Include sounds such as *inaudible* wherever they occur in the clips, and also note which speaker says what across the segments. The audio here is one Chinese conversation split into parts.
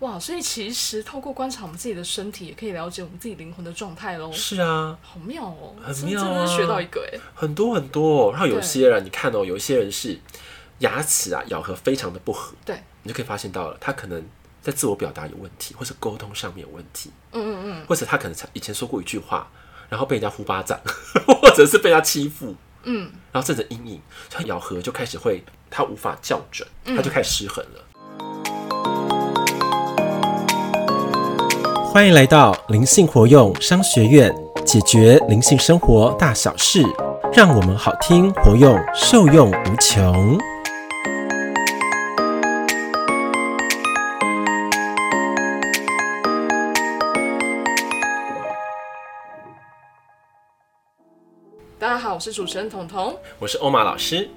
Speaker 1: 哇，所以其实透过观察我们自己的身体，也可以了解我们自己灵魂的状态喽。
Speaker 2: 是啊，
Speaker 1: 好妙哦、
Speaker 2: 很
Speaker 1: 真
Speaker 2: 妙啊
Speaker 1: 真的是学到一个哎、
Speaker 2: 很多很多、哦。然后有
Speaker 1: 对
Speaker 2: 些人，你看哦，有一些人是牙齿啊咬合非常的不合，
Speaker 1: 对，
Speaker 2: 你就可以发现到了，他可能在自我表达有问题，或是沟通上面有问题，
Speaker 1: 嗯嗯
Speaker 2: 或者他可能以前说过一句话，然后被人家呼巴掌， *laughs* 或者是被他欺负，
Speaker 1: 嗯
Speaker 2: 然后这种阴影，他咬合就开始会，他无法校准，
Speaker 1: 嗯
Speaker 2: 他就开始失衡了。欢迎来到灵性活用商学院，解决灵性生活大小事，让我们好听活用，受用无穷。
Speaker 1: 嗯。大家好，我是主持人彤彤。
Speaker 2: 我是欧玛老师，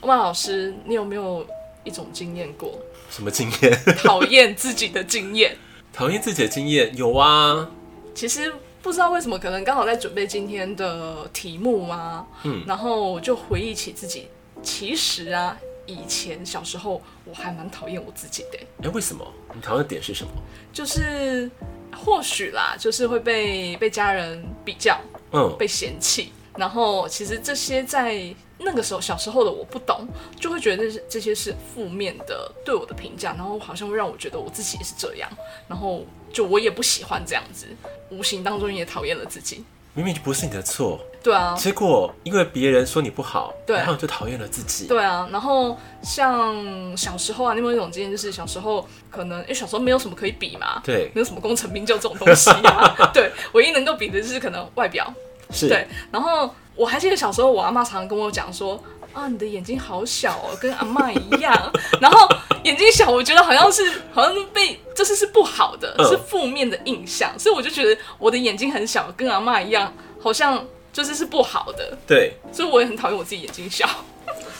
Speaker 1: 欧曼老师，你有没有一种经验过
Speaker 2: 什么经验？
Speaker 1: 讨厌自己的经验？
Speaker 2: 讨厌自己的经验有啊，
Speaker 1: 其实不知道为什么，可能刚好在准备今天的题目啊，
Speaker 2: 嗯
Speaker 1: 然后我就回忆起自己，其实啊，以前小时候我还蛮讨厌我自己的欸、
Speaker 2: 哎、为什么？你讨厌的点是什么？
Speaker 1: 就是或许啦，就是会被被家人比较，
Speaker 2: 嗯，
Speaker 1: 被嫌弃。然后其实这些在那个时候小时候的我不懂，就会觉得这是这些是负面的对我的评价，然后好像会让我觉得我自己也是这样，然后就我也不喜欢这样子，无形当中也讨厌了自己。
Speaker 2: 明明就不是你的错，
Speaker 1: 对啊，
Speaker 2: 结果因为别人说你不好，
Speaker 1: 对
Speaker 2: 然后你就讨厌了自己。
Speaker 1: 对啊，然后像小时候啊，你有没有一种经验，就是小时候可能因为小时候没有什么可以比嘛，
Speaker 2: 对
Speaker 1: 没有什么功成名就这种东西啊，对，唯一能够比的就是可能外表，
Speaker 2: 是，
Speaker 1: 对，然后我还记得小时候我阿妈常常跟我讲说。啊，你的眼睛好小哦，跟阿嬷一样。然后眼睛小，我觉得好像是 *laughs* 好像被这是是不好的，
Speaker 2: 嗯
Speaker 1: 是负面的印象，所以我就觉得我的眼睛很小，跟阿嬷一样，好像就是是不好的，
Speaker 2: 对
Speaker 1: 所以我也很讨厌我自己眼睛小。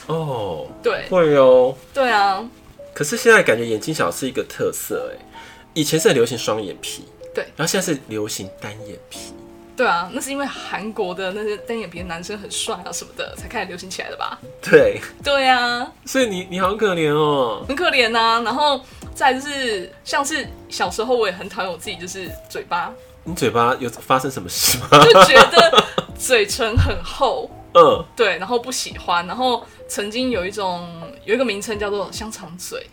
Speaker 2: 哦，
Speaker 1: 对
Speaker 2: 会哦。
Speaker 1: 对啊，
Speaker 2: 可是现在感觉眼睛小是一个特色哎，以前是很流行双眼皮，
Speaker 1: 对
Speaker 2: 然后现在是流行单眼皮。
Speaker 1: 对啊，那是因为韩国的那些单眼皮的男生很帅啊什么的，才开始流行起来的吧？
Speaker 2: 对， *laughs*
Speaker 1: 对啊，
Speaker 2: 所以你你好可怜哦。
Speaker 1: 很可怜呐、然后再来就是，像是小时候我也很讨厌我自己，就是嘴
Speaker 2: *laughs*
Speaker 1: 巴，
Speaker 2: 你嘴巴有发生什么事吗？ *laughs*
Speaker 1: 就觉得嘴唇很厚，
Speaker 2: 嗯，
Speaker 1: 对，然后不喜欢。然后曾经有一种有一个名称叫做香肠
Speaker 2: *laughs*
Speaker 1: 嘴，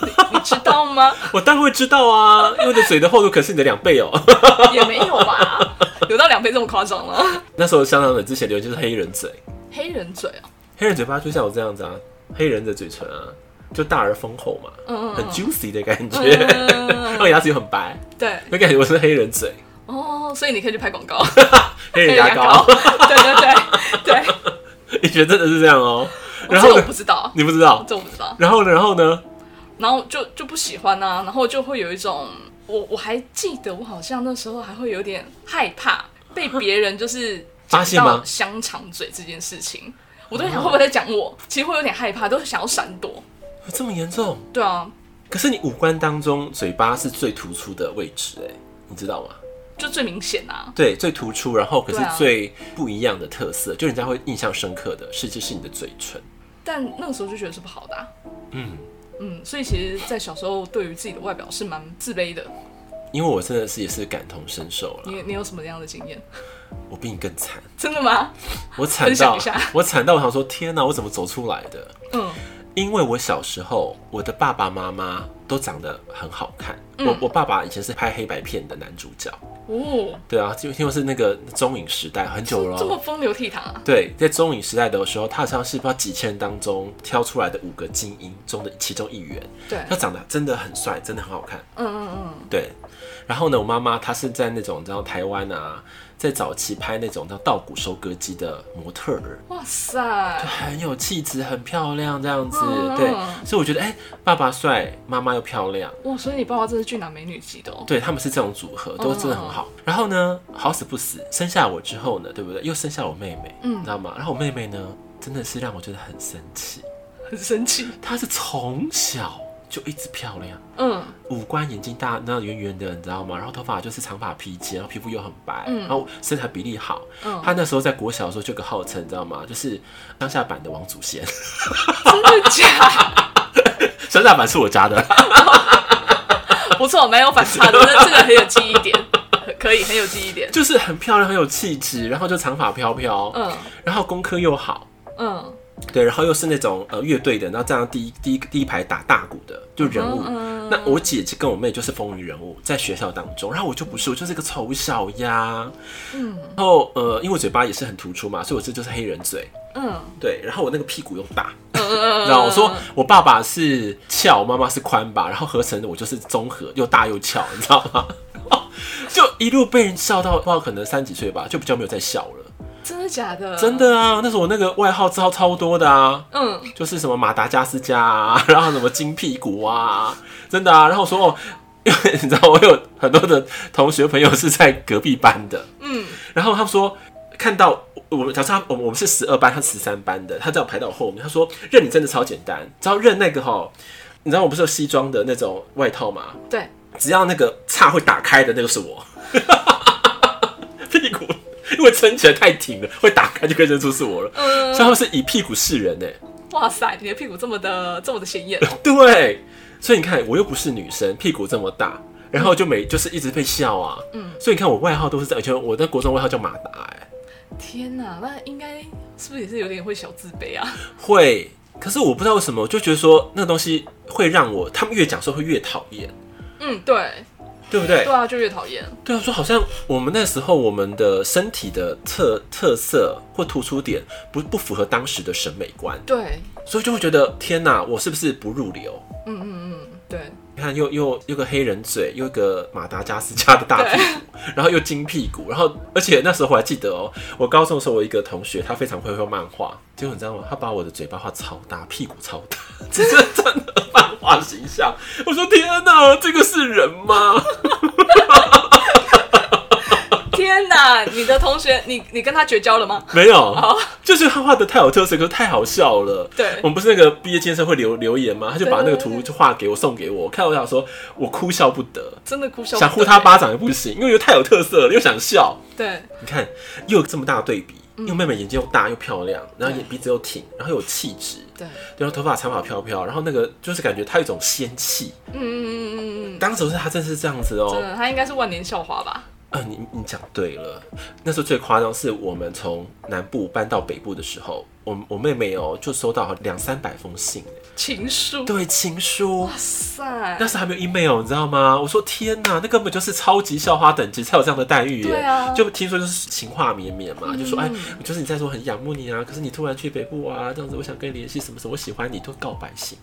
Speaker 1: 你你知道吗？
Speaker 2: 我当然会知道啊，因为我的嘴的厚度可是你的两倍哦。 *laughs*
Speaker 1: 也没有吧，有到两倍这么夸张吗？
Speaker 2: 那时候香港人之前流行就是黑人嘴，
Speaker 1: 黑人嘴
Speaker 2: *laughs*
Speaker 1: 啊，
Speaker 2: 黑人嘴巴就像我这样子啊，黑人的嘴唇啊，就大而丰厚嘛，
Speaker 1: 嗯嗯
Speaker 2: 很 juicy 的感觉， *laughs* 然后
Speaker 1: 嗯，
Speaker 2: 牙齿又很白，
Speaker 1: 对，
Speaker 2: 就感觉我是黑人嘴，
Speaker 1: 哦，所以你可以去拍广告。
Speaker 2: *laughs* 黑人牙膏。
Speaker 1: 对对对对，
Speaker 2: *laughs* 你觉得真的是这样哦、然
Speaker 1: 然
Speaker 2: 后
Speaker 1: 后我
Speaker 2: 呢
Speaker 1: 不？知道，
Speaker 2: 你不知道？
Speaker 1: 这我不知道，
Speaker 2: 然后呢？然后呢？
Speaker 1: 然后就就不喜欢啊，然后就会有一种，我我还记得我好像那时候还会有点害怕被别人就是
Speaker 2: *laughs* 发
Speaker 1: 讲
Speaker 2: 现吗
Speaker 1: 到香肠嘴这件事情，我都在想会不会在讲我，其实会有点害怕，都想要闪躲。
Speaker 2: 有这么严重？
Speaker 1: 对啊，
Speaker 2: 可是你五官当中，嘴巴是最突出的位置、哎，你知道吗？
Speaker 1: 就最明显啊，
Speaker 2: 对，最突出，然后可是
Speaker 1: 对啊
Speaker 2: 最不一样的特色，就人家会印象深刻的，是就是你的嘴唇。
Speaker 1: 但那个时候就觉得是不好的、啊。
Speaker 2: 嗯，
Speaker 1: 嗯，所以其实，在小时候对于自己的外表是蛮自卑的。
Speaker 2: 因为我真的是也是感同身受了，
Speaker 1: 你你有什么样的经验？ *laughs*
Speaker 2: 我比你更惨，
Speaker 1: 真的吗？
Speaker 2: 我惨
Speaker 1: 分享
Speaker 2: 到
Speaker 1: 一下
Speaker 2: 我惨到我想说，天哪，我怎么走出来的？
Speaker 1: 嗯
Speaker 2: 因为我小时候，我的爸爸妈妈都长得很好看。
Speaker 1: 嗯
Speaker 2: 我我爸爸以前是拍黑白片的男主角，
Speaker 1: 哦，
Speaker 2: 对啊，就听说是那个中影时代很久了
Speaker 1: 这么
Speaker 2: 哦。
Speaker 1: 风流倜傥啊！
Speaker 2: 对，在中影时代的时候，他好像是不知道几千人当中挑出来的五个精英中的其中一员，
Speaker 1: 对，
Speaker 2: 他长得真的很帅，真的很好看。
Speaker 1: 嗯嗯嗯，
Speaker 2: 对，然后呢，我妈妈她是在那种你知道台湾啊，在早期拍那种叫稻谷收割机的模特儿，
Speaker 1: 哇塞，
Speaker 2: 很有气质，很漂亮这样子。
Speaker 1: 嗯
Speaker 2: 对，
Speaker 1: 嗯
Speaker 2: 所以我觉得，哎、爸爸帅，妈妈又漂亮，
Speaker 1: 哇，所以你爸爸真是俊男美女级的哦。
Speaker 2: 对，他们是这种组合，都真的很好。然后呢，好死不死，生下我之后呢，对不对？又生下我妹妹，
Speaker 1: 嗯
Speaker 2: 你知道吗？然后我妹妹呢，真的是让我觉得很生气。
Speaker 1: 很生气。
Speaker 2: 她是从小就一直漂亮，
Speaker 1: 嗯
Speaker 2: 五官、眼睛大，那圆圆的，你知道吗？然后头发就是长发披肩，然后皮肤又很白，
Speaker 1: 嗯
Speaker 2: 然后身材比例好。
Speaker 1: 嗯，
Speaker 2: 她那时候在国小的时候就有个号称，你知道吗？就是乡下版的王祖贤， *laughs*
Speaker 1: 真的假？
Speaker 2: 乡下版是我家的。
Speaker 1: *laughs* 不错，蛮有反差的，这这个很有记忆点，可以很有记忆点。
Speaker 2: 就是很漂亮，很有气质，然后就长发飘飘，
Speaker 1: 嗯
Speaker 2: 然后功课又好，
Speaker 1: 嗯
Speaker 2: 对，然后又是那种呃乐队的，然后站到第一第一第一排打大鼓的，就人物。
Speaker 1: 嗯
Speaker 2: 那我姐姐跟我妹就是风云人物，在学校当中，然后我就不是，我就是个丑小鸭。
Speaker 1: 嗯
Speaker 2: 然后呃，因为我嘴巴也是很突出嘛，所以我这就是黑人嘴，
Speaker 1: 嗯
Speaker 2: 对。然后我那个屁股又大，
Speaker 1: 嗯，
Speaker 2: 然后我说我爸爸是翘，我妈妈是宽吧，然后合成的我就是综合，又大又翘，你知道吗？ *laughs* 就一路被人笑到，不知道可能三几岁吧，就比较没有再笑了。
Speaker 1: 真的假的？
Speaker 2: 真。的啊，那时候我那个外号超超多的啊，
Speaker 1: 嗯，
Speaker 2: 就是什么马达加斯加啊， *laughs* 然后什么金屁股啊，真的啊。然后我说 *laughs* 哦，因为你知道我有很多的同学朋友是在隔壁班的，
Speaker 1: 嗯，
Speaker 2: 然后他说看到我们，假设他我们我们是十二班，他十三班的，他正好排到我后面，他说认你真的超简单，只要认那个哈，你知道我不是有西装的那种外套吗？
Speaker 1: 对，
Speaker 2: 只要那个叉会打开的那个是我， *laughs* 屁股因为撑起来太挺了，会打开就可以认出是我了。
Speaker 1: 嗯，
Speaker 2: 所以他们是以屁股示人欸呢、
Speaker 1: 哇塞，你的屁股这么的这么的 *laughs* 显眼哦，
Speaker 2: 对，所以你看，我又不是女生，屁股这么大，然后就每就是一直被笑啊。嗯，所以你看我外号都是在，以前我的国中外号叫马达、哎，
Speaker 1: 天哪，那应该是不是也是有点会小自卑啊？
Speaker 2: 会。可是我不知道为什么，我就觉得说那个东西会让我，他们越讲说会越讨厌，
Speaker 1: *laughs* 嗯，对，
Speaker 2: 对不对
Speaker 1: 对？啊，就越讨厌。
Speaker 2: 对啊，说好像我们那时候我们的身体的特特色或突出点不不符合当时的审美观，
Speaker 1: 对，
Speaker 2: 所以就会觉得天哪，我是不是不入流？
Speaker 1: 嗯嗯嗯，对，
Speaker 2: 你看，又又又个黑人嘴，又一个马达加斯加的大屁股， *laughs* 然后又金屁股，然后而且那时候我还记得哦、我高中的时候，我一个同学他非常会画漫画，结果你知道吗？他把我的嘴巴画超大，屁股超大， *laughs* 这是真的漫画形象。我说天哪，这个是人吗？ *laughs*
Speaker 1: 天哪，你的同学，你你跟他绝交了吗？
Speaker 2: 没有，就是他画的太有特色，可是太好笑了。
Speaker 1: 对
Speaker 2: 我们不是那个毕业健身会留留言吗？他就把那
Speaker 1: 对
Speaker 2: 个
Speaker 1: 对
Speaker 2: 图
Speaker 1: 对
Speaker 2: 就画给我送给我，看我想说，我哭笑不得，
Speaker 1: 真的哭笑不得欸
Speaker 2: 想呼他巴掌也不行，因为又太有特色了，又想笑。
Speaker 1: 对，
Speaker 2: 你看，又有这么大的对比，
Speaker 1: 嗯
Speaker 2: 因为妹妹眼睛又大又漂亮，然后眼鼻子又挺，然后又有气质，
Speaker 1: 对，
Speaker 2: 然后头发长发飘飘，然后那个就是感觉她有一种仙气。
Speaker 1: 嗯嗯嗯嗯嗯
Speaker 2: 当时是她真是这样子哦、
Speaker 1: 嗯，真的，他应该是万年校花吧？
Speaker 2: 啊，你你讲对了，那时候最夸张是我们从南部搬到北部的时候，我我妹妹哦、就收到两三百封信，
Speaker 1: 情书，
Speaker 2: 对情书
Speaker 1: 哇，塞
Speaker 2: 那，时还没有 email，你知道吗？我说天哪，那根本就是超级校花等级才有这样的待遇耶！
Speaker 1: 对啊嗯
Speaker 2: 就听说就是情话绵绵嘛，就说哎，就是你在说很仰慕你啊，可是你突然去北部啊，这样子我想跟你联系什么什么，我喜欢你，都告白信，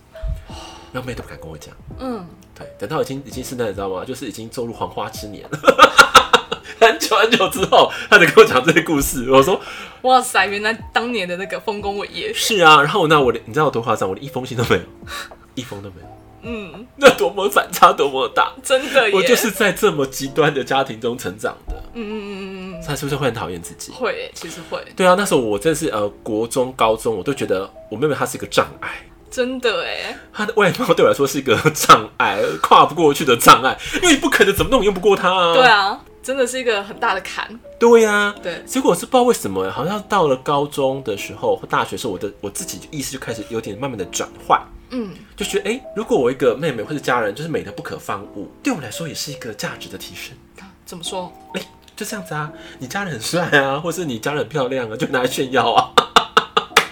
Speaker 2: 然后妹都不敢跟我讲。
Speaker 1: 嗯，
Speaker 2: 对，等到已经已经是那你知道吗？就是已经走入黄花之年了， *laughs* 很久很久之后，他才跟我讲这个故事。我说
Speaker 1: 哇塞，原来当年的那个丰功伟业，
Speaker 2: 是啊，然后那我的你知道我多夸张，我连一封信都没有，一封都没有， *laughs*
Speaker 1: 嗯，
Speaker 2: 那多么反差多么大！
Speaker 1: 真的耶，
Speaker 2: 我就是在这么极端的家庭中成长的，
Speaker 1: 嗯，嗯嗯嗯嗯
Speaker 2: 他是不是会很讨厌自己
Speaker 1: 嗯，？会耶，其实会，
Speaker 2: 对啊，那时候我真的是呃，国中、高中我都觉得我妹妹她是一个障碍，
Speaker 1: 真的哎，
Speaker 2: 她的外貌对我来说是一个 *laughs* 障碍，跨不过去的障碍，因为你不可能怎么弄也用不过她啊。
Speaker 1: 对，啊，真的是一个很大的坎，
Speaker 2: 对呀、
Speaker 1: 对，
Speaker 2: 结果是不知道为什么，好像到了高中的时候或大学的时候，我的我自己意识就开始有点慢慢的转换，
Speaker 1: 嗯，
Speaker 2: 就觉得哎、诶如果我一个妹妹或者家人就是美的不可方物，对我来说也是一个价值的提升。
Speaker 1: 怎么说？
Speaker 2: 哎、就这样子啊，你家人很帅
Speaker 1: *laughs*
Speaker 2: 啊，或是你家人很漂亮啊，就拿来炫耀啊。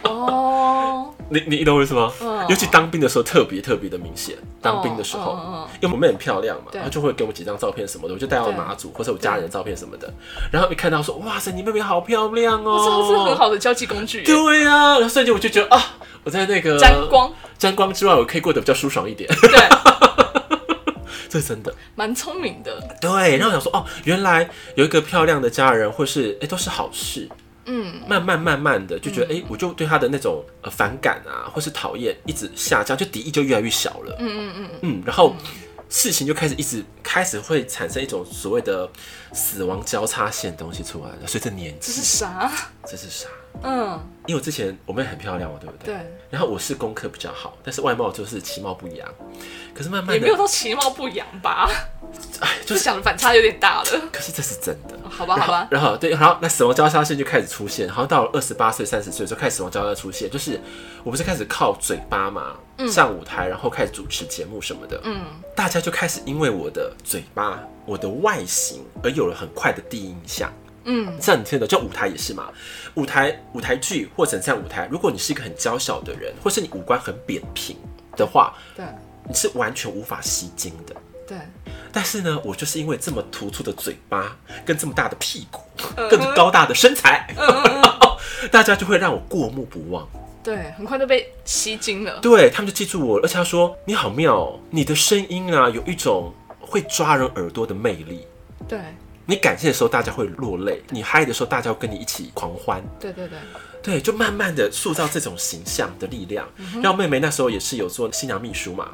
Speaker 1: 哦，
Speaker 2: 你你你懂我意思吗？
Speaker 1: 嗯哦
Speaker 2: 尤其当兵的时候特别特别的明显，当兵的时候。
Speaker 1: 嗯嗯嗯
Speaker 2: 因为我妹很漂亮嘛，
Speaker 1: 对
Speaker 2: 然后就会给我几张照片什么的，我就带到
Speaker 1: 对
Speaker 2: 马祖或者我家人的照片什么的，然后一看到说，哇塞，你妹妹好漂亮哦、
Speaker 1: 这是是很好的交际工具耶，
Speaker 2: 对呀、然后瞬间我就觉得啊，我在那个
Speaker 1: 沾光，
Speaker 2: 沾光之外，我可以过得比较舒爽一点， *laughs*
Speaker 1: 对，
Speaker 2: 这是真的。
Speaker 1: 蛮聪明的，
Speaker 2: 对，然后我想说，哦，原来有一个漂亮的家人，或是哎、都是好事。
Speaker 1: 嗯，
Speaker 2: 慢慢慢慢的就觉得，哎、我就对他的那种呃反感啊，或是讨厌，一直下降，就敌意就越来越小了。嗯嗯嗯然后事情就开始一直开始会产生一种所谓的死亡交叉线的东西出来了，随着年
Speaker 1: 这
Speaker 2: 纪，
Speaker 1: 是啥？
Speaker 2: 这是啥？
Speaker 1: 嗯，
Speaker 2: 因为我之前我妹很漂亮嘛，对不对？
Speaker 1: 对，
Speaker 2: 然后我是功课比较好，但是外貌就是其貌不扬。可是慢慢
Speaker 1: 也
Speaker 2: 的
Speaker 1: 没有，到其貌不扬吧，
Speaker 2: 哎，就，
Speaker 1: 就是想的反差有点大了。
Speaker 2: 可是这是真的。
Speaker 1: 好吧，好吧，
Speaker 2: 然后对，然后那死亡交叉线就开始出现，然后到了二十八岁、三十岁的时候开始死亡交叉出现，就是我不是开始靠嘴巴嘛，上舞台，然后开始主持节目什么的，嗯，大家就开始因为我的嘴巴、我的外形而有了很快的第一印象。
Speaker 1: 嗯，
Speaker 2: 像你听的，就舞台也是嘛，舞台舞台剧或者像舞台，如果你是一个很娇小的人，或是你五官很扁平的话，
Speaker 1: 对
Speaker 2: 你是完全无法吸睛的。
Speaker 1: 对，
Speaker 2: 但是呢，我就是因为这么突出的嘴巴，跟这么大的屁股，更高大的身材， *laughs* 大家就会让我过目不忘。
Speaker 1: 对，很快就被吸睛了。
Speaker 2: 对他们就记住我了，而且他说你好妙、哦，你的声音啊有一种会抓人耳朵的魅力。
Speaker 1: 对，
Speaker 2: 你感谢的时候，大家会落泪；你嗨的时候，大家会跟你一起狂欢。
Speaker 1: 对对对，
Speaker 2: 对，就慢慢的塑造这种形象的力量。然后妹妹那时候也是有做新娘秘书嘛，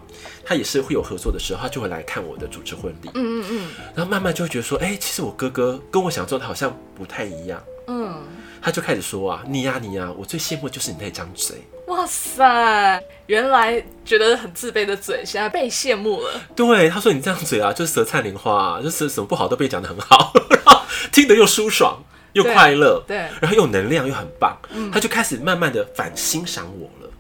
Speaker 2: 她也是会有合作的时候，她就会来看我的主持婚礼。
Speaker 1: 嗯嗯
Speaker 2: 然后慢慢就会觉得说，哎、其实我哥哥跟我想做的好像不太一样。
Speaker 1: 嗯
Speaker 2: 他就开始说啊，你呀、你呀、我最羡慕就是你那张嘴。
Speaker 1: 嗯，哇塞，原来觉得很自卑的嘴，现在被羡慕了。
Speaker 2: 对，他说你这张嘴啊，就是舌灿莲花、啊，就是什么不好都被讲得很好，然后听得又舒爽又
Speaker 1: 对
Speaker 2: 快乐，
Speaker 1: 对嗯
Speaker 2: 然后又有能量又很棒，他就开始慢慢的反欣赏我了。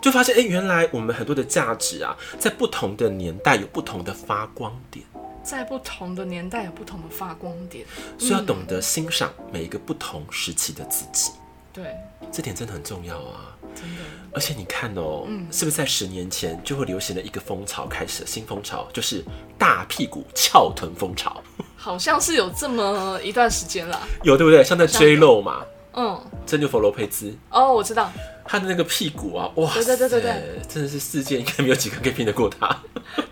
Speaker 2: 就发现哎、诶原来我们很多的价值啊，在不同的年代有不同的发光点，
Speaker 1: 在不同的年代有不同的发光点，
Speaker 2: 所以
Speaker 1: 嗯
Speaker 2: 要懂得欣赏每一个不同时期的自己，
Speaker 1: 对，
Speaker 2: 这点真的很重要啊。
Speaker 1: 真的，嗯
Speaker 2: 而且你看哦，是不是在十年前就会流行了一个风潮开始，新风潮就是大屁股翘臀风潮，
Speaker 1: 好像是有这么一段时间啦。
Speaker 2: 有对不对？像那 J Lo 嘛，
Speaker 1: 嗯，
Speaker 2: 珍妮佛罗佩兹，
Speaker 1: 哦，我知道，
Speaker 2: 她的那个屁股啊，哇塞，
Speaker 1: 对对对对对
Speaker 2: 真的是世界应该没有几个可以拼得过她，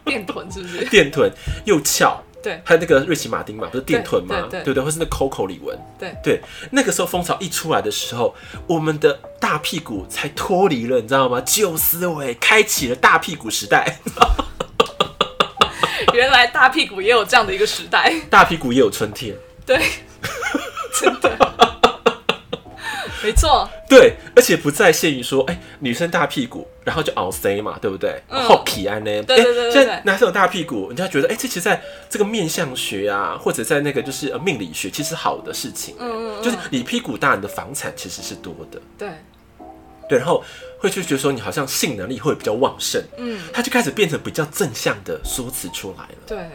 Speaker 1: 变臀是不 *laughs* 是？
Speaker 2: *laughs* 电臀又翘。
Speaker 1: 对
Speaker 2: 还有那个瑞奇马丁嘛，不是电臀嘛，
Speaker 1: 对对对
Speaker 2: 不对？或是那 Coco 李玟，
Speaker 1: 对，
Speaker 2: 对，那个时候风潮一出来的时候，我们的大屁股才脱离了，你知道吗？旧思维开启了大屁股时代。
Speaker 1: 原来大屁股也有这样的一个时代。
Speaker 2: 大屁股也有春天。
Speaker 1: *laughs* 对，真的，没错，
Speaker 2: 对，而且不再限于说，哎、女生大屁股，然后就熬 C 嘛，对不对？
Speaker 1: 嗯
Speaker 2: 好皮安呢？哎
Speaker 1: 对对对对
Speaker 2: 现在男生有大屁股，人家觉得，哎、这其实在这个面相学啊，或者在那个就是呃命理学，其实好的事情。
Speaker 1: 嗯嗯嗯
Speaker 2: 就是你屁股大，你的房产其实是多的。
Speaker 1: 对，
Speaker 2: 对，然后会去觉得说你好像性能力会比较旺盛，
Speaker 1: 嗯，
Speaker 2: 它就开始变成比较正向的说辞出来了。
Speaker 1: 对，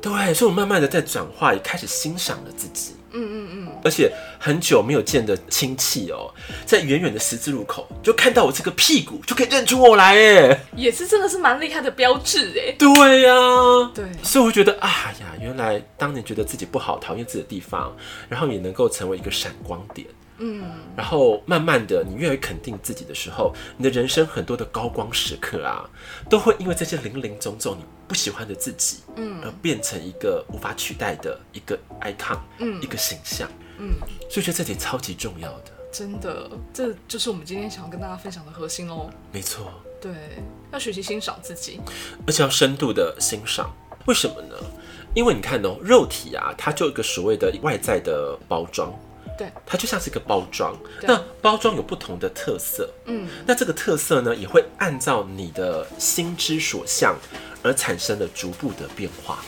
Speaker 2: 对，所以我慢慢的在转化，也开始欣赏了自己。
Speaker 1: 嗯嗯嗯，
Speaker 2: 而且很久没有见的亲戚哦，在远远的十字路口就看到我这个屁股，就可以认出我来哎。
Speaker 1: 也是真的是蛮厉害的标志哎。
Speaker 2: 对呀、
Speaker 1: 对
Speaker 2: 所以我觉得啊呀，原来当年觉得自己不好、讨厌自己的地方，然后也能够成为一个闪光点。
Speaker 1: 嗯，
Speaker 2: 然后慢慢的，你越来越肯定自己的时候，你的人生很多的高光时刻啊，都会因为这些零零总总你不喜欢的自己，
Speaker 1: 嗯，
Speaker 2: 而变成一个无法取代的一个 icon，
Speaker 1: 嗯
Speaker 2: 一个形象，
Speaker 1: 嗯，
Speaker 2: 所以我觉得这点超级重要的，
Speaker 1: 真的，这就是我们今天想要跟大家分享的核心哦。
Speaker 2: 没错，
Speaker 1: 对，要学习欣赏自己。
Speaker 2: 而且要深度的欣赏，为什么呢？因为你看哦，肉体啊，它就有一个所谓的外在的包装，
Speaker 1: 对，
Speaker 2: 它就像是一个包装，
Speaker 1: 对
Speaker 2: 那包装有不同的特色，
Speaker 1: 嗯，
Speaker 2: 那这个特色呢，也会按照你的心之所向而产生了逐步的变化。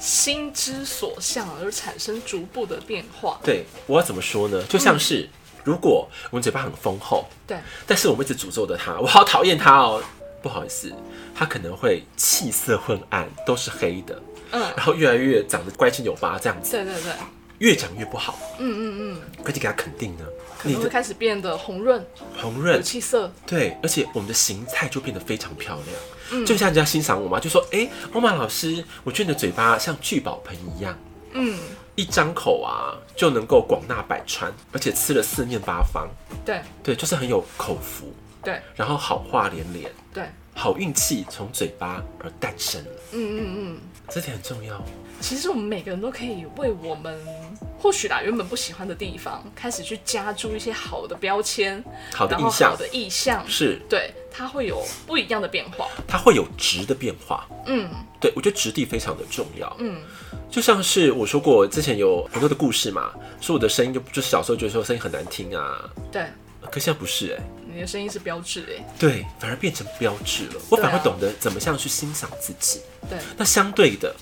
Speaker 1: 心之所向而产生逐步的变化。
Speaker 2: 对我要怎么说呢？就像
Speaker 1: 嗯
Speaker 2: 是、如果我们嘴巴很丰厚，
Speaker 1: 对，
Speaker 2: 但是我们一直诅咒着他，我好讨厌他哦。不好意思，他可能会气色昏暗，都是黑的，
Speaker 1: 嗯，
Speaker 2: 然后越来越长得歪七扭八这样子，
Speaker 1: 对对对，
Speaker 2: 越长越不好。
Speaker 1: 嗯嗯嗯，
Speaker 2: 快去给他肯定呢，
Speaker 1: 可
Speaker 2: 你
Speaker 1: 能会
Speaker 2: 的
Speaker 1: 开始变得红润、
Speaker 2: 红
Speaker 1: 有
Speaker 2: 润，
Speaker 1: 气色。
Speaker 2: 对，而且我们的形态就变得非常漂亮。
Speaker 1: 嗯
Speaker 2: 就像人家欣赏我嘛，就说：“哎、欧玛老师，我觉得你的嘴巴像聚宝盆一样，
Speaker 1: 嗯，
Speaker 2: 一张口啊就能够广纳百川，而且吃了四面八方，
Speaker 1: 对
Speaker 2: 对，就是很有口福，
Speaker 1: 对
Speaker 2: 然后好话连连，
Speaker 1: 对，
Speaker 2: 好运气从嘴巴而诞生了，
Speaker 1: 嗯嗯嗯。
Speaker 2: 这点很重要哦。
Speaker 1: 其实我们每个人都可以为我们或许啦，原本不喜欢的地方，开始去加注一些好的标签，
Speaker 2: 好的
Speaker 1: 然
Speaker 2: 印
Speaker 1: 后
Speaker 2: 象
Speaker 1: 好的意向，
Speaker 2: 是
Speaker 1: 对，它会有不一样的变化。
Speaker 2: 它会有值的变化。
Speaker 1: 嗯，
Speaker 2: 对，我觉得质地非常的重要。
Speaker 1: 嗯，
Speaker 2: 就像是我说过，之前有很多的故事嘛，说我的声音就就是小时候觉得说声音很难听啊，
Speaker 1: 对，
Speaker 2: 可现在不是哎、
Speaker 1: 你的声音是标志哎、
Speaker 2: 对，反而变成标志了。我
Speaker 1: 对
Speaker 2: 反
Speaker 1: 啊
Speaker 2: 而会懂得怎么样去欣赏自己。
Speaker 1: 对，
Speaker 2: 那相对的，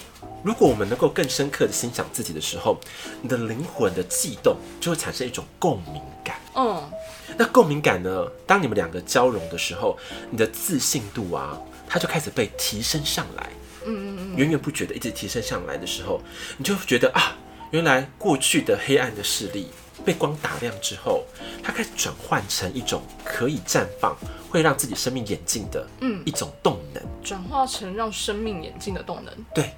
Speaker 2: 如果我们能够更深刻的欣赏自己的时候，你的灵魂的悸动就会产生一种共鸣感。
Speaker 1: 嗯，
Speaker 2: 那共鸣感呢，当你们两个交融的时候，你的自信度啊，它就开始被提升上来。嗯嗯嗯，源源不绝的一直提升上来的时候，你就会觉得啊，原来过去的黑暗的势力被光打亮之后，它开始转换成一种可以绽放，会让自己生命演进的，嗯，一种动能。
Speaker 1: 转化成让生命演进的动能。
Speaker 2: 对，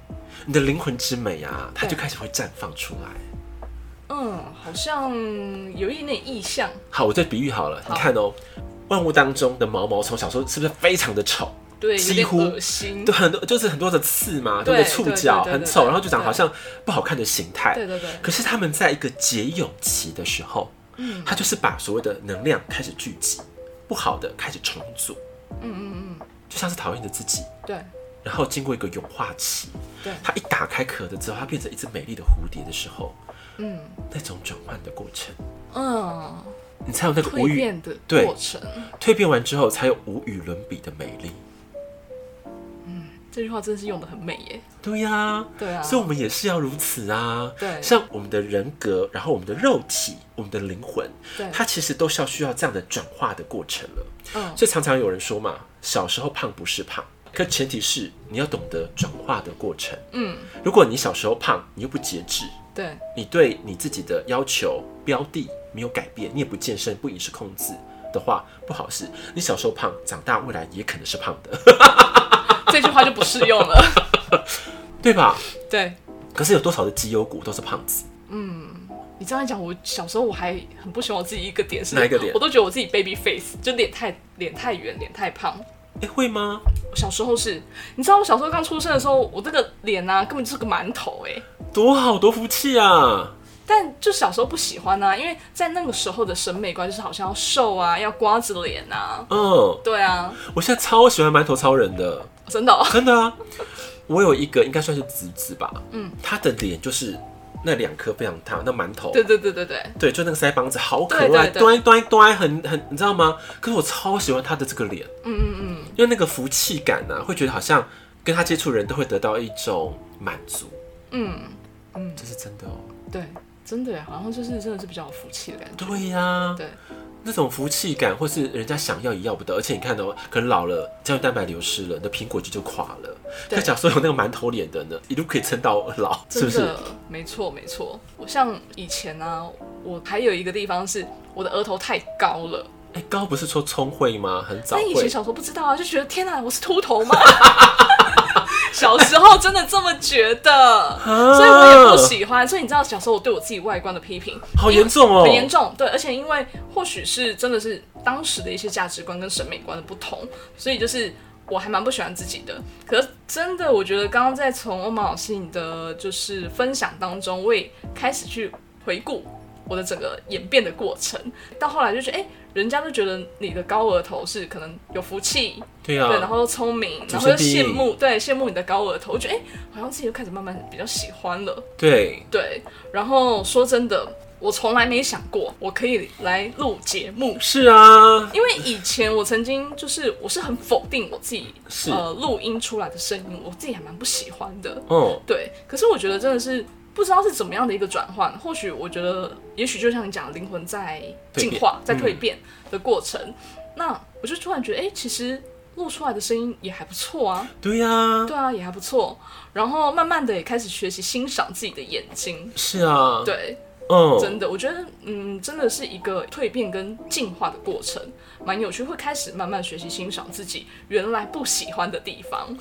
Speaker 2: 你的灵魂之美啊，它就
Speaker 1: 对
Speaker 2: 开始会绽放出来。
Speaker 1: 嗯，好像有一点点意向。
Speaker 2: 好，我再比喻好了，你看哦，万物当中的毛毛虫小时候是不是非常的丑？
Speaker 1: 对，有
Speaker 2: 几
Speaker 1: 点
Speaker 2: 乎
Speaker 1: 恶心。
Speaker 2: 对，很多就是很多的刺嘛，对不
Speaker 1: 对
Speaker 2: 对？触
Speaker 1: 对
Speaker 2: 角
Speaker 1: 对对
Speaker 2: 很
Speaker 1: 对
Speaker 2: 丑，
Speaker 1: 对
Speaker 2: 然后就长
Speaker 1: 对
Speaker 2: 好像不好看的形态。
Speaker 1: 对对对
Speaker 2: 可是他们在一个节蛹期的时候，嗯，他就是把所谓的能量开始聚集，不好的开始重组。嗯嗯嗯，就像是讨厌的自己，
Speaker 1: 对
Speaker 2: 然后经过一个蛹化期，
Speaker 1: 对
Speaker 2: 它一打开壳的之后，它变成一只美丽的蝴蝶的时候，
Speaker 1: 嗯
Speaker 2: 那种转换的过程，
Speaker 1: 嗯，
Speaker 2: 你才有那个无
Speaker 1: 蜕
Speaker 2: 与
Speaker 1: 变的
Speaker 2: 对
Speaker 1: 过程。
Speaker 2: 蜕变完之后，才有无与伦比的美丽。
Speaker 1: 这句话真是用的很美耶。
Speaker 2: 对呀、
Speaker 1: 对啊，
Speaker 2: 所以我们也是要如此啊。
Speaker 1: 对
Speaker 2: 像我们的人格，然后我们的肉体，我们的灵魂，
Speaker 1: 对
Speaker 2: 它其实都是要需要这样的转化的过程了。
Speaker 1: 嗯
Speaker 2: 所以常常有人说嘛，小时候胖不是胖，可前提是你要懂得转化的过程。
Speaker 1: 嗯，
Speaker 2: 如果你小时候胖，你又不节制，
Speaker 1: 对
Speaker 2: 你对你自己的要求标的没有改变，你也不健身，不饮食控制。的话不好是，你小时候胖，长大未来也可能是胖的， *laughs*
Speaker 1: 这句话就不适用了。 *laughs*
Speaker 2: 对吧？
Speaker 1: 对
Speaker 2: 可是有多少的绩优股都是胖子？
Speaker 1: 你这样一讲，我小时候我还很不喜欢我自己一个点是
Speaker 2: 哪一个点
Speaker 1: 我都觉得我自己 baby face，就脸太脸太圆，脸太胖。
Speaker 2: 哎、会吗？
Speaker 1: 我小时候是，你知道我小时候刚出生的时候，我这个脸啊根本就是个馒头哎、
Speaker 2: 多好多福气啊！
Speaker 1: 但就小时候不喜欢啊，因为在那个时候的审美观就是好像要瘦啊，要瓜子脸啊。
Speaker 2: 嗯，
Speaker 1: 对啊，
Speaker 2: 我现在超喜欢馒头超人的，
Speaker 1: 真的、哦。 *laughs*
Speaker 2: 真的啊！我有一个应该算是侄子吧，嗯，他的脸就是那两颗非常大，那馒头，
Speaker 1: 对对对对对，
Speaker 2: 对，就那个腮帮子好可
Speaker 1: 对对
Speaker 2: 爱，
Speaker 1: 对
Speaker 2: 端端端，很很，你知道吗？可是我超喜欢他的这个脸，嗯嗯嗯，因为那个福气感呢、啊，会觉得好像跟他接触的人都会得到一种满足，
Speaker 1: 嗯，
Speaker 2: 这是真的哦。
Speaker 1: 对，真的耶好像就是真的是比较有福气的感觉。
Speaker 2: 对呀、
Speaker 1: 对，
Speaker 2: 那种福气感，或是人家想要也要不得，而且你看哦，可能老了，胶原蛋白流失了，你的苹果肌就垮了。
Speaker 1: 对
Speaker 2: 那假如说有那个馒头脸的呢，一路可以撑到老，是
Speaker 1: 真
Speaker 2: 不是
Speaker 1: 的？，没错没错。我像以前啊，我还有一个地方是我的额头太高了，
Speaker 2: 哎、高不是说聪慧吗？很早
Speaker 1: 但以前
Speaker 2: 会。
Speaker 1: 小时候不知道啊，就觉得天哪、我是秃头吗？ *laughs* 小时候真的这么觉
Speaker 2: *laughs*
Speaker 1: 得， *laughs*
Speaker 2: 啊
Speaker 1: 所以我也不喜欢。所以你知道，小时候我对我自己外观的批评
Speaker 2: 好严重哦
Speaker 1: 很严重。对，而且因为或许是真的是当时的一些价值观跟审美观的不同，所以就是我还蛮不喜欢自己的。可是真的，我觉得刚刚在从欧玛老师你的就是分享当中，我也开始去回顾我的整个演变的过程，到后来就觉得，哎、人家都觉得你的高额头是可能有福气，
Speaker 2: 对
Speaker 1: 对，然
Speaker 2: 啊，
Speaker 1: 后又聪明，
Speaker 2: 祖
Speaker 1: 然后又
Speaker 2: 先庇
Speaker 1: 羡
Speaker 2: 应
Speaker 1: 慕，对，羡慕你的高额头，我觉得哎、诶好像自己又开始慢慢比较喜欢了，
Speaker 2: 对，
Speaker 1: 对。然后说真的，我从来没想过我可以来录节目，
Speaker 2: 是啊，
Speaker 1: 因为以前我曾经就是我是很否定我自己
Speaker 2: 是
Speaker 1: 呃录音出来的声音，我自己还蛮不喜欢的，
Speaker 2: 哦，
Speaker 1: 对。可是我觉得真的是。不知道是怎么样的一个转换，或许我觉得，也许就像你讲，灵魂在
Speaker 2: 蜕变
Speaker 1: 进化、在
Speaker 2: 嗯
Speaker 1: 蜕变的过程。那我就突然觉得，哎、其实录出来的声音也还不错啊。
Speaker 2: 对呀、啊，
Speaker 1: 对啊，也还不错。然后慢慢的也开始学习欣赏自己的眼睛。
Speaker 2: 是啊，，
Speaker 1: 对，
Speaker 2: 嗯，
Speaker 1: 真的，我觉得，嗯，真的是一个蜕变跟进化的过程，蛮有趣，会开始慢慢学习欣赏自己原来不喜欢的地方。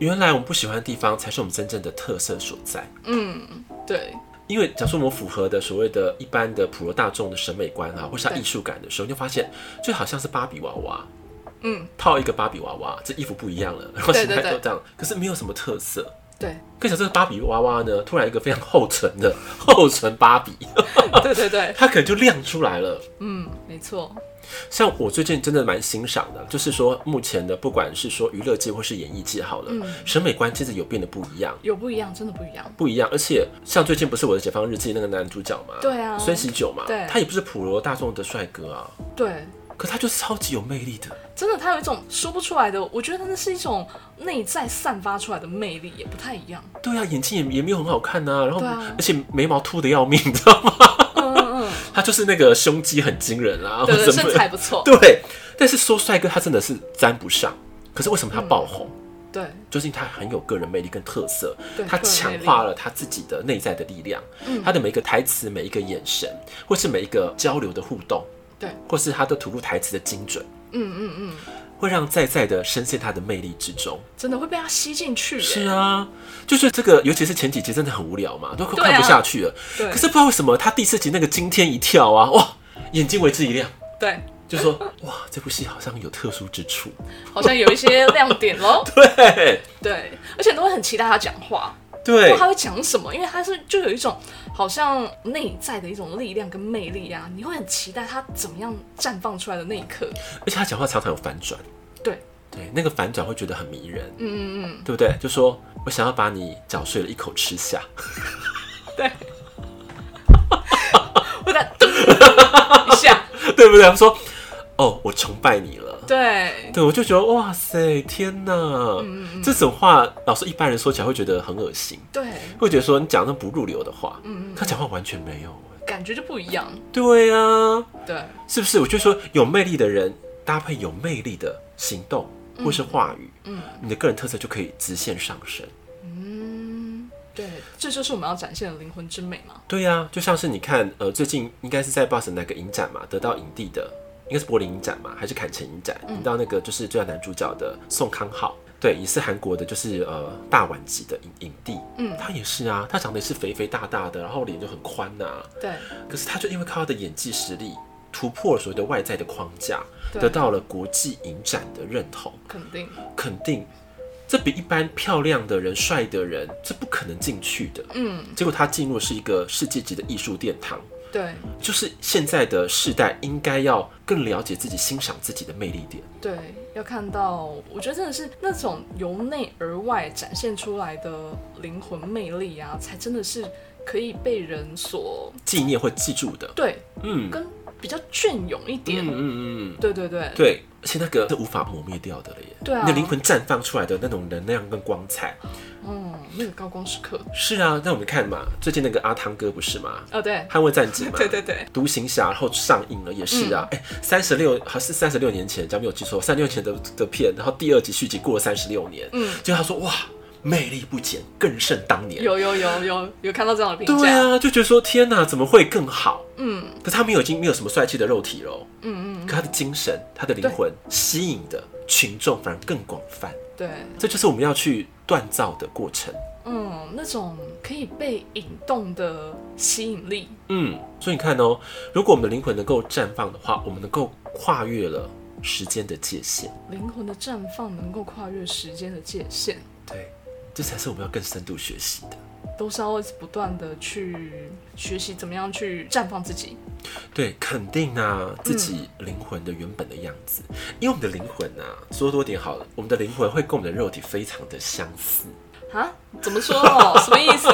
Speaker 2: 原来我们不喜欢的地方才是我们真正的特色所在。
Speaker 1: 嗯对，
Speaker 2: 因为假如说我们符合的所谓的一般的普罗大众的审美观啊，或是它
Speaker 1: 嗯对
Speaker 2: 艺术感的时候，你就发现就好像是芭比娃娃，
Speaker 1: 嗯，
Speaker 2: 套一个芭比娃娃，这衣服不一样了，然后
Speaker 1: 对
Speaker 2: 形态
Speaker 1: 对对
Speaker 2: 都这样，可是没有什么特色。
Speaker 1: 对
Speaker 2: 更小这个芭比娃娃呢，突然一个非常厚唇的厚唇芭比，
Speaker 1: 对对对，
Speaker 2: 它可能就亮出来了。
Speaker 1: 嗯，没错，
Speaker 2: 像我最近真的蛮欣赏的，就是说目前的不管是说娱乐界或是演艺界好了，
Speaker 1: 嗯
Speaker 2: 审美观真的有变得不一样。
Speaker 1: 有不一样，真的不一样。
Speaker 2: 不一样，而且像最近不是我的解放日记那个男主角嘛，
Speaker 1: 对啊
Speaker 2: 孙喜九嘛，
Speaker 1: 对
Speaker 2: 他也不是普罗大众的帅哥啊，
Speaker 1: 对，
Speaker 2: 可他就是超级有魅力的。
Speaker 1: 真的，他有一种说不出来的，我觉得那是一种内在散发出来的魅力，也不太一样。
Speaker 2: 对啊，眼睛也也没有很好看呐、然后、
Speaker 1: 对啊
Speaker 2: 而且眉毛秃的要命，你知道吗？
Speaker 1: 嗯嗯嗯，
Speaker 2: *laughs* 他就是那个胸肌很惊人啊，
Speaker 1: 对对，
Speaker 2: 或者什
Speaker 1: 身
Speaker 2: 么
Speaker 1: 材不错。
Speaker 2: 对，但是说帅哥他真的是沾不上。可是为什么他爆红？
Speaker 1: 对
Speaker 2: 究竟他很有个人魅力跟特色
Speaker 1: 嗯对，嗯
Speaker 2: 他
Speaker 1: 个人
Speaker 2: 强
Speaker 1: 魅力
Speaker 2: 化了他自己的内在的力量，他的每一个台词、每一个眼神，或是每一个交流的互动，
Speaker 1: 对，
Speaker 2: 或是他的吐露台词的精准，
Speaker 1: 嗯嗯嗯，
Speaker 2: 会让在在的深陷他的魅力之中。
Speaker 1: 真的会被他吸进去。
Speaker 2: 是， *laughs* 啊，就是这个，尤其是前几集真的很无聊嘛，
Speaker 1: 对
Speaker 2: 都
Speaker 1: 啊
Speaker 2: 快看不下去了。
Speaker 1: 对
Speaker 2: 可是不知道为什么，他第四集那个惊天一跳啊，哇，眼睛为之一亮，
Speaker 1: 对，*laughs*
Speaker 2: 就说哇，这部戏好像有特殊之处。 *laughs*
Speaker 1: 好像有一些亮点喽。
Speaker 2: 对
Speaker 1: 对，而且都会很期待他讲话，不
Speaker 2: 对
Speaker 1: 知道他会讲什么，因为他是就有一种好像内在的一种力量跟魅力啊，你会很期待他怎么样绽放出来的那一刻。
Speaker 2: 而且他讲话常常有反转，
Speaker 1: 对，
Speaker 2: 对，那个反转会觉得很迷人，
Speaker 1: 嗯嗯
Speaker 2: 对不对？就说我想要把你嚼碎了一口吃下，
Speaker 1: 嗯，
Speaker 2: *laughs*
Speaker 1: 对。会在噔一下，
Speaker 2: 对不对？他说哦，我崇拜你了。
Speaker 1: 对，
Speaker 2: 对，我就觉得哇塞，天哪！这种话，老师一般人说起来会觉得很恶心，
Speaker 1: 对，
Speaker 2: 会觉得说你讲那不入流的话，嗯他讲话完全没有。欸
Speaker 1: 感觉就不一样。
Speaker 2: 对啊，
Speaker 1: 对，
Speaker 2: 是不是？我就说有魅力的人搭配有魅力的行动或是话语，嗯，你的个人特色就可以直线上升。
Speaker 1: 嗯，对，这就是我们要展现的灵魂之美嘛。
Speaker 2: 对呀、就像是你看，呃，最近应该是在 Boss 哪个影展嘛，得到影帝的，应该是柏林影展嘛，还是坎城影
Speaker 1: 嗯
Speaker 2: 展，得到那个就是最佳男主角的宋康昊，对，也是韩国的，就是呃大碗级的影影帝，
Speaker 1: 嗯
Speaker 2: 他也是啊，他长得也是肥肥大大的，然后脸就很宽呐、
Speaker 1: 对，
Speaker 2: 可是他就因为靠他的演技实力，突破了所谓的外在的框架，
Speaker 1: 对
Speaker 2: 得到了国际影展的认同，
Speaker 1: 肯定。
Speaker 2: 肯定。这比一般漂亮的人、帅的人，这不可能进去的。
Speaker 1: 嗯，
Speaker 2: 结果他进入是一个世界级的艺术殿堂，
Speaker 1: 对，
Speaker 2: 就是现在的世代应该要更了解自己、欣赏自己的魅力点。
Speaker 1: 对，要看到，我觉得真的是那种由内而外展现出来的灵魂魅力啊，才真的是可以被人所
Speaker 2: 纪念会记住的。
Speaker 1: 对
Speaker 2: 嗯
Speaker 1: 跟比较隽永一点。
Speaker 2: 嗯嗯嗯，
Speaker 1: 对对对，
Speaker 2: 对，而且那个是无法磨灭掉的了耶。
Speaker 1: 对啊
Speaker 2: 你的灵魂绽放出来的那种能量跟光彩。
Speaker 1: 嗯，那个高光时刻
Speaker 2: 是啊，那我们看嘛，最近那个阿汤哥不是嘛，
Speaker 1: 哦，对，
Speaker 2: 《捍卫战警》
Speaker 1: *laughs*
Speaker 2: 嘛，
Speaker 1: 对嗯对对，
Speaker 2: 独行侠，然后上映了，也是啊，哎、三十六还是三十六年前，假如没有记错，三十六年前的的片，然后第二集续集过了三十六年，
Speaker 1: 嗯，
Speaker 2: 就他说哇，魅力不减，更胜当年，
Speaker 1: 有有有有有看到这样的评
Speaker 2: 对
Speaker 1: 价，
Speaker 2: 啊，就觉得说天哪，怎么会更好？
Speaker 1: 嗯
Speaker 2: 可是他没有已经没有什么帅气的肉体了哦，
Speaker 1: 嗯嗯，
Speaker 2: 可他的精神、他的灵魂吸引的群众反而更广泛，
Speaker 1: 对，
Speaker 2: 这就是我们要去锻造的过程。
Speaker 1: 嗯，那种可以被引动的吸引力，
Speaker 2: 嗯，所以你看哦，如果我们的灵魂能够绽放的话，我们能够跨越了时间的界限。
Speaker 1: 灵魂的绽放能够跨越时间的界限，
Speaker 2: 对，这才是我们要更深度学习的。
Speaker 1: 都是要一直不断的去学习怎么样去绽放自己。
Speaker 2: 对，肯定啊，自己灵魂的原本的样子，因为我们的灵魂啊，说多点好了，我们的灵魂会跟我们的肉体非常的相似，
Speaker 1: 啊？怎么说 *laughs* 哦？什么意思？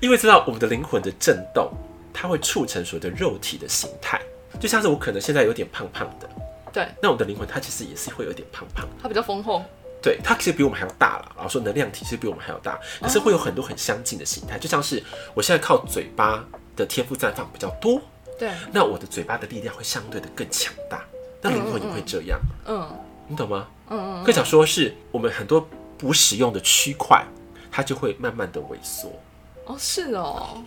Speaker 2: 因为知道我们的灵魂的震动，它会促成所谓的肉体的形态。就像是我可能现在有点胖胖的，
Speaker 1: 对，
Speaker 2: 那我们的灵魂它其实也是会有点胖胖的。
Speaker 1: 它比较丰厚。
Speaker 2: 对，它其实比我们还要大了。然后说能量体是比我们还要大，可是会有很多很相近的形
Speaker 1: 嗯
Speaker 2: 态，就像是我现在靠嘴巴的天赋绽放比较多，
Speaker 1: 对，
Speaker 2: 那我的嘴巴的力量会相对的更强大，那灵魂也会这样，
Speaker 1: 嗯
Speaker 2: 你懂吗？
Speaker 1: 嗯嗯，
Speaker 2: 更想说是我们很多不使用的区块，它就会慢慢的萎缩。
Speaker 1: 哦是哦，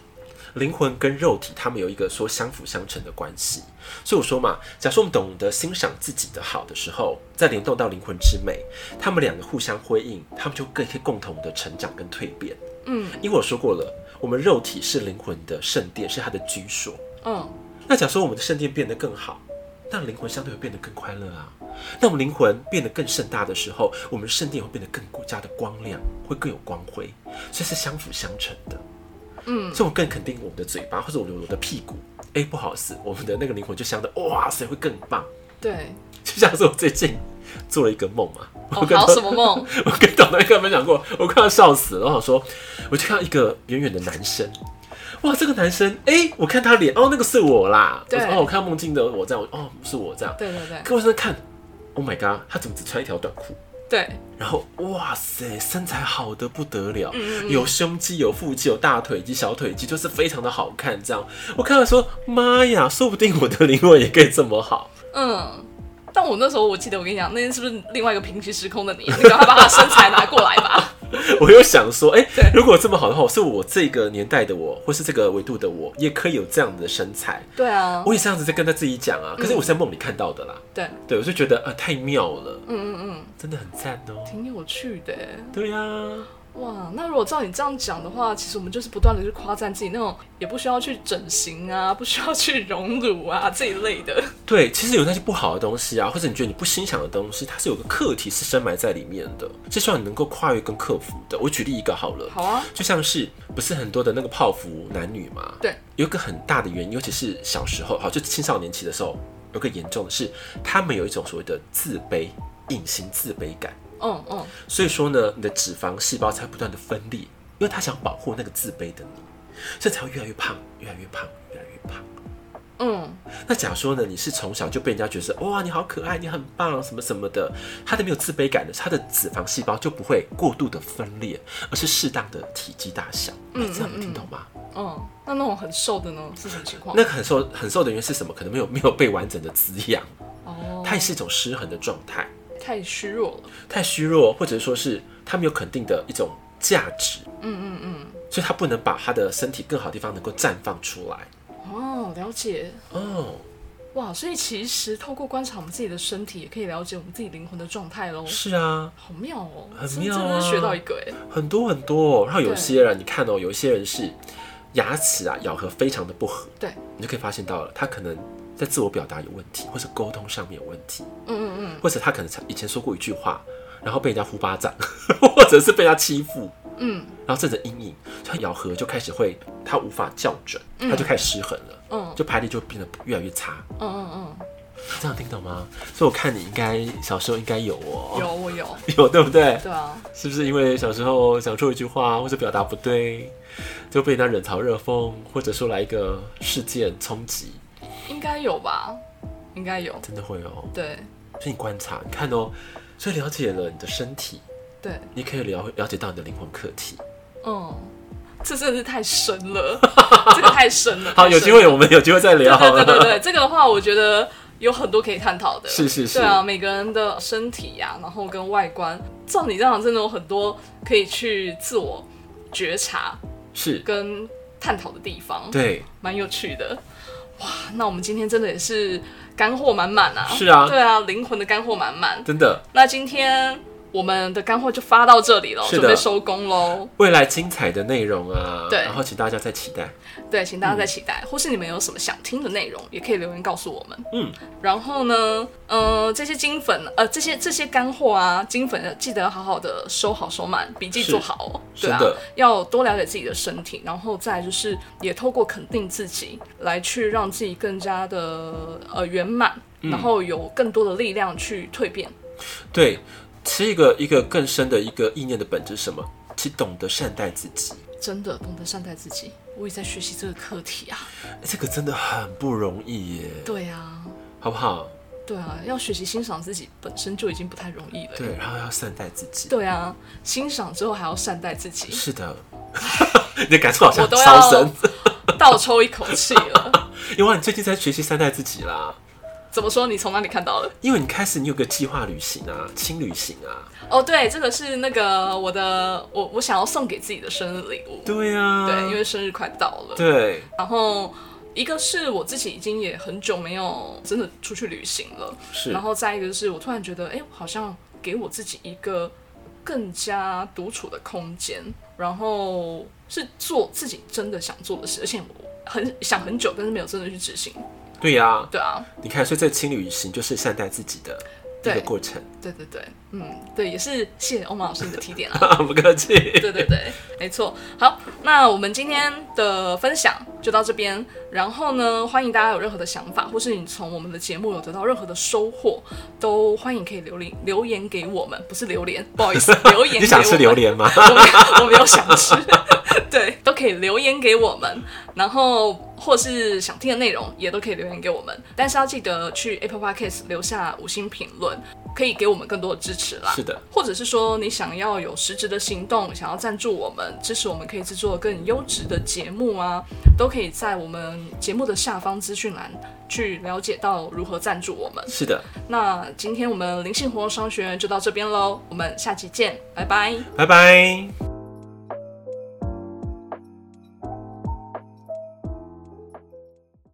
Speaker 2: 灵魂跟肉体，它们有一个说相辅相成的关系。所以我说嘛，假设我们懂得欣赏自己的好的时候，再联动到灵魂之美，他们两个互相辉映，他们就更可以共同的成长跟蜕变。
Speaker 1: 嗯
Speaker 2: 因为我说过了，我们肉体是灵魂的圣殿，是它的居所。
Speaker 1: 嗯
Speaker 2: 那假如说我们的圣殿变得更好，让灵魂相对会变得更快乐啊。那我们灵魂变得更盛大的时候，我们圣殿会变得更加的光亮，会更有光辉，所以是相辅相成的。嗯，所以我更肯定我们的嘴巴或者我们的屁股，哎、不好意思，我们的那个灵魂就相对，哇塞，会更棒。
Speaker 1: 对，
Speaker 2: 就像是我最近做了一个梦嘛，我
Speaker 1: 哦，
Speaker 2: 跟
Speaker 1: 好
Speaker 2: 他
Speaker 1: 什么梦？
Speaker 2: *laughs* 我跟导南哥分享过，我快要笑死了。我想说，我就看到一个远远的男生，哇，这个男生，哎、我看他脸，哦，那个是我啦。
Speaker 1: 对
Speaker 2: 我说哦，我看到梦境的我这样，我哦，是我这样。
Speaker 1: *laughs* 对对对
Speaker 2: 可我真的看，Oh my god，他怎么只穿一条短裤？
Speaker 1: 对，
Speaker 2: 然后哇塞，身材好的不得了，
Speaker 1: 嗯嗯
Speaker 2: 有胸肌，有腹肌，有大腿肌、小腿肌，就是非常的好看。这样，我看了说，妈呀，说不定我的灵魂也可以这么好。
Speaker 1: 嗯。但我那时候我记得，我跟你讲，那天是不是另外一个平行时空的你啊？你赶快把他身材拿过来吧。
Speaker 2: 我又想说，哎、
Speaker 1: 对
Speaker 2: 如果这么好的话，是我这个年代的我，或是这个维度的我，也可以有这样的身材。
Speaker 1: *laughs* 对啊，
Speaker 2: 我也这样子在跟他自己讲
Speaker 1: 嗯
Speaker 2: 啊，可是我是在梦里看到的啦。
Speaker 1: 对，
Speaker 2: 对，我就觉得啊、太妙了，
Speaker 1: 嗯嗯嗯，
Speaker 2: 真的很赞哦、
Speaker 1: 挺有趣的耶。
Speaker 2: 对啊呀、
Speaker 1: 哇，那如果照你这样讲的话，其实我们就是不断的去夸赞自己那种也不需要去整形啊，不需要去 *laughs* 荣辱啊这一类的。
Speaker 2: 对，其实有那些不好的东西啊，或者你觉得你不欣赏的东西，它是有个课题是深埋在里面的，是希望你能够跨越跟克服的。我举例一个好了，
Speaker 1: 好啊，
Speaker 2: 就像是不是很多的那个泡芙男女嘛？
Speaker 1: 对，
Speaker 2: 有一个很大的原因，尤其是小时候，好，就青少年期的时候，有个严重的是，他们有一种所谓的自卑，隐形自卑感。
Speaker 1: 嗯嗯，
Speaker 2: 所以说呢，你的脂肪细胞才不断的分裂，因为他想保护那个自卑的你，所以才会越来越胖，越来越胖，越来越胖。
Speaker 1: 嗯，
Speaker 2: 那假如说呢，你是从小就被人家觉得哇，你好可爱，你很棒，什么什么的，他的没有自卑感的，他的脂肪细胞就不会过度的分裂，而是适当的体积大小。嗯，这样你听懂吗？
Speaker 1: 嗯，那那种很瘦的呢是什么情况？
Speaker 2: 那个很瘦很瘦的原因是什么？可能没有没有被完整的滋养，
Speaker 1: 哦，
Speaker 2: 它也是一种失衡的状态，
Speaker 1: 太虚弱了。
Speaker 2: 太虚弱，或者说是它没有肯定的一种价值，
Speaker 1: 嗯嗯
Speaker 2: 所以它不能把它的身体更好的地方能够绽放出来。
Speaker 1: 嗯，哦，了解。
Speaker 2: 哦，
Speaker 1: 哇，所以其实透过观察我们自己的身体，也可以了解我们自己灵魂的状态喽。
Speaker 2: 是啊，
Speaker 1: 好妙哦，
Speaker 2: 很
Speaker 1: 真
Speaker 2: 妙啊
Speaker 1: 真的是学到一个哎。
Speaker 2: 很多很多、哦。然后有
Speaker 1: 对
Speaker 2: 些人，你看哦，有一些人是牙齿啊咬合非常的不合，
Speaker 1: 对，
Speaker 2: 你就可以发现到了，他可能在自我表达有问题，或者沟通上面有问题，
Speaker 1: 嗯嗯
Speaker 2: 或者他可能以前说过一句话，然后被人家呼巴掌， *laughs* 或者是被人家欺负，
Speaker 1: 嗯嗯
Speaker 2: 然后这种阴影，他咬合就开始会，他无法校准，他就开始失衡了，
Speaker 1: 嗯
Speaker 2: 就排列就变得越来越差。
Speaker 1: 嗯嗯
Speaker 2: 这样听懂吗？所以我看你应该小时候应该有
Speaker 1: 嗯，
Speaker 2: 哦，
Speaker 1: 有我有，
Speaker 2: *laughs* 有对不对？
Speaker 1: 对啊，
Speaker 2: 是不是因为小时候讲错一句话或者表达不对，就被人家冷嘲热讽，或者说来一个事件冲击，
Speaker 1: 应该有吧，应该有。
Speaker 2: 真的会哦。
Speaker 1: 对
Speaker 2: 所以你观察，你看哦，所以了解了你的身体，
Speaker 1: 对，
Speaker 2: 你可以了了解到你的灵魂课题。
Speaker 1: 嗯，这真的是太深
Speaker 2: *laughs*
Speaker 1: 了，这个太深了。
Speaker 2: 好，
Speaker 1: 太深了
Speaker 2: 有机会我们有机会再聊。
Speaker 1: 对对对对对，这个的话，我觉得有很多可以探讨的。
Speaker 2: 是是是
Speaker 1: 对啊，每个人的身体呀、然后跟外观，照你这样，真的有很多可以去自我觉察
Speaker 2: *laughs* 是，
Speaker 1: 跟探讨的地方，
Speaker 2: 对，
Speaker 1: 蛮有趣的。哇，那我们今天真的也是干货满满啊！
Speaker 2: 是啊
Speaker 1: 对啊，灵魂的干货满满。
Speaker 2: 真的。
Speaker 1: 那今天我们的干货就发到这里了，
Speaker 2: 是的
Speaker 1: 准备收工喽。
Speaker 2: 未来精彩的内容啊，
Speaker 1: 对
Speaker 2: 然后请大家再期待。
Speaker 1: 对，请
Speaker 2: 嗯
Speaker 1: 大家再期待，或是你们有什么想听的内容，也可以留言告诉我们。
Speaker 2: 嗯，
Speaker 1: 然后呢，呃，这些金粉，呃，这些这些干货啊，金粉记得好好的收好收满，笔记
Speaker 2: 是
Speaker 1: 做好哦。对啊
Speaker 2: 真的，
Speaker 1: 要多了解自己的身体，然后再来就是也透过肯定自己，来去让自己更加的呃圆满，
Speaker 2: 嗯
Speaker 1: 然后有更多的力量去蜕变。
Speaker 2: 对，其实一个一个更深的一个意念的本质是什么？其实懂得善待自己，
Speaker 1: 真的懂得善待自己，我也在学习这个课题啊。
Speaker 2: 这个真的很不容易耶，
Speaker 1: 对啊，
Speaker 2: 好不好？
Speaker 1: 对啊，要学习欣赏自己本身就已经不太容易了。
Speaker 2: 对，然后要善待自己。
Speaker 1: 对啊，欣赏之后还要善待自
Speaker 2: *laughs*
Speaker 1: 己，
Speaker 2: 是的，你的感触好像
Speaker 1: 我都
Speaker 2: 超
Speaker 1: 要
Speaker 2: 深，
Speaker 1: *laughs*
Speaker 2: *laughs*
Speaker 1: 倒抽一口气了。
Speaker 2: 因为你最近在学习善待自己啦。
Speaker 1: 怎么说？你从哪里看到
Speaker 2: *laughs*
Speaker 1: 的？
Speaker 2: 因为你开始你有个计划旅行啊，轻旅行啊，
Speaker 1: 哦，对，这个是那个我的，我我想要送给自己的生日礼物。
Speaker 2: 对啊，
Speaker 1: 对，因为生日快到了。
Speaker 2: 对
Speaker 1: 然后一个是我自己已经也很久没有真的出去旅行了，
Speaker 2: 是
Speaker 1: 然后再一个就是我突然觉得，哎、我好像给我自己一个更加独处的空间，然后是做自己真的想做的事，而且我很想很久，但是没有真的去执行。
Speaker 2: 对呀、
Speaker 1: 对啊，
Speaker 2: 你看，所以这轻旅行就是善待自己的一个
Speaker 1: 对
Speaker 2: 过程。 *laughs*
Speaker 1: 对对对，嗯，对，也是谢谢欧曼老师你的提点啊。
Speaker 2: 不客气。
Speaker 1: 对对对，没错。好，那我们今天的分享就到这边。然后呢，欢迎大家有任何的想法，或是你从我们的节目有得到任何的收获，都欢迎可以留言留言给我们，不是榴莲，不好意思，留言给我们。
Speaker 2: *laughs* 你想吃榴？莲吗？
Speaker 1: 我没有，我没有想吃。 *laughs* 对，都可以留言给我们，然后或是想听的内容也都可以留言给我们，但是要记得去 Apple Podcast 留下五星评论，可以给我们更多的支持啦。
Speaker 2: 是的，
Speaker 1: 或者是说你想要有实质的行动，想要赞助我们，支持我们可以制作更优质的节目啊，都可以在我们节目的下方资讯栏去了解到如何赞助我们。
Speaker 2: 是的。
Speaker 1: 那今天我们灵性活动商学院就到这边喽，我们下期见，拜拜。
Speaker 2: 拜拜。